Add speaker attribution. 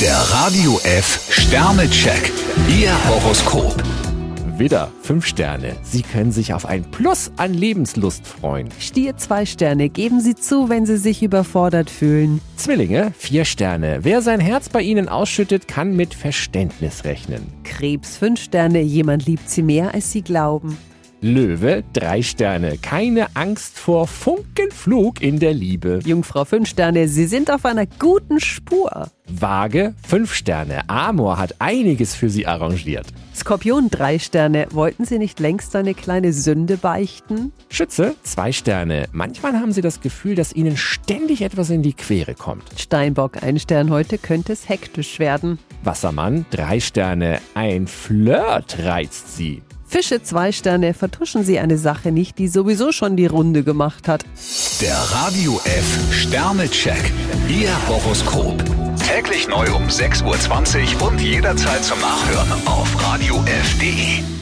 Speaker 1: Der Radio F Sternecheck. Ihr Horoskop.
Speaker 2: Widder, 5 Sterne. Sie können sich auf ein Plus an Lebenslust freuen.
Speaker 3: Stier zwei Sterne, geben Sie zu, wenn Sie sich überfordert fühlen.
Speaker 2: Zwillinge, 4 Sterne. Wer sein Herz bei Ihnen ausschüttet, kann mit Verständnis rechnen.
Speaker 3: Krebs fünf Sterne, jemand liebt Sie mehr, als Sie glauben.
Speaker 2: Löwe, 3 Sterne. Keine Angst vor Funkenflug in der Liebe.
Speaker 3: Jungfrau fünf Sterne, Sie sind auf einer guten Spur.
Speaker 2: Waage, 5 Sterne. Amor hat einiges für Sie arrangiert.
Speaker 3: Skorpion drei Sterne, wollten Sie nicht längst eine kleine Sünde beichten?
Speaker 2: Schütze, 2 Sterne. Manchmal haben Sie das Gefühl, dass Ihnen ständig etwas in die Quere kommt.
Speaker 3: Steinbock ein Stern, heute könnte es hektisch werden.
Speaker 2: Wassermann, 3 Sterne. Ein Flirt reizt Sie.
Speaker 3: Fische zwei Sterne, vertuschen Sie eine Sache nicht, die sowieso schon die Runde gemacht hat.
Speaker 1: Der Radio F Sternecheck. Ihr Horoskop. Täglich neu um 6.20 Uhr und jederzeit zum Nachhören auf Radio radiof.de.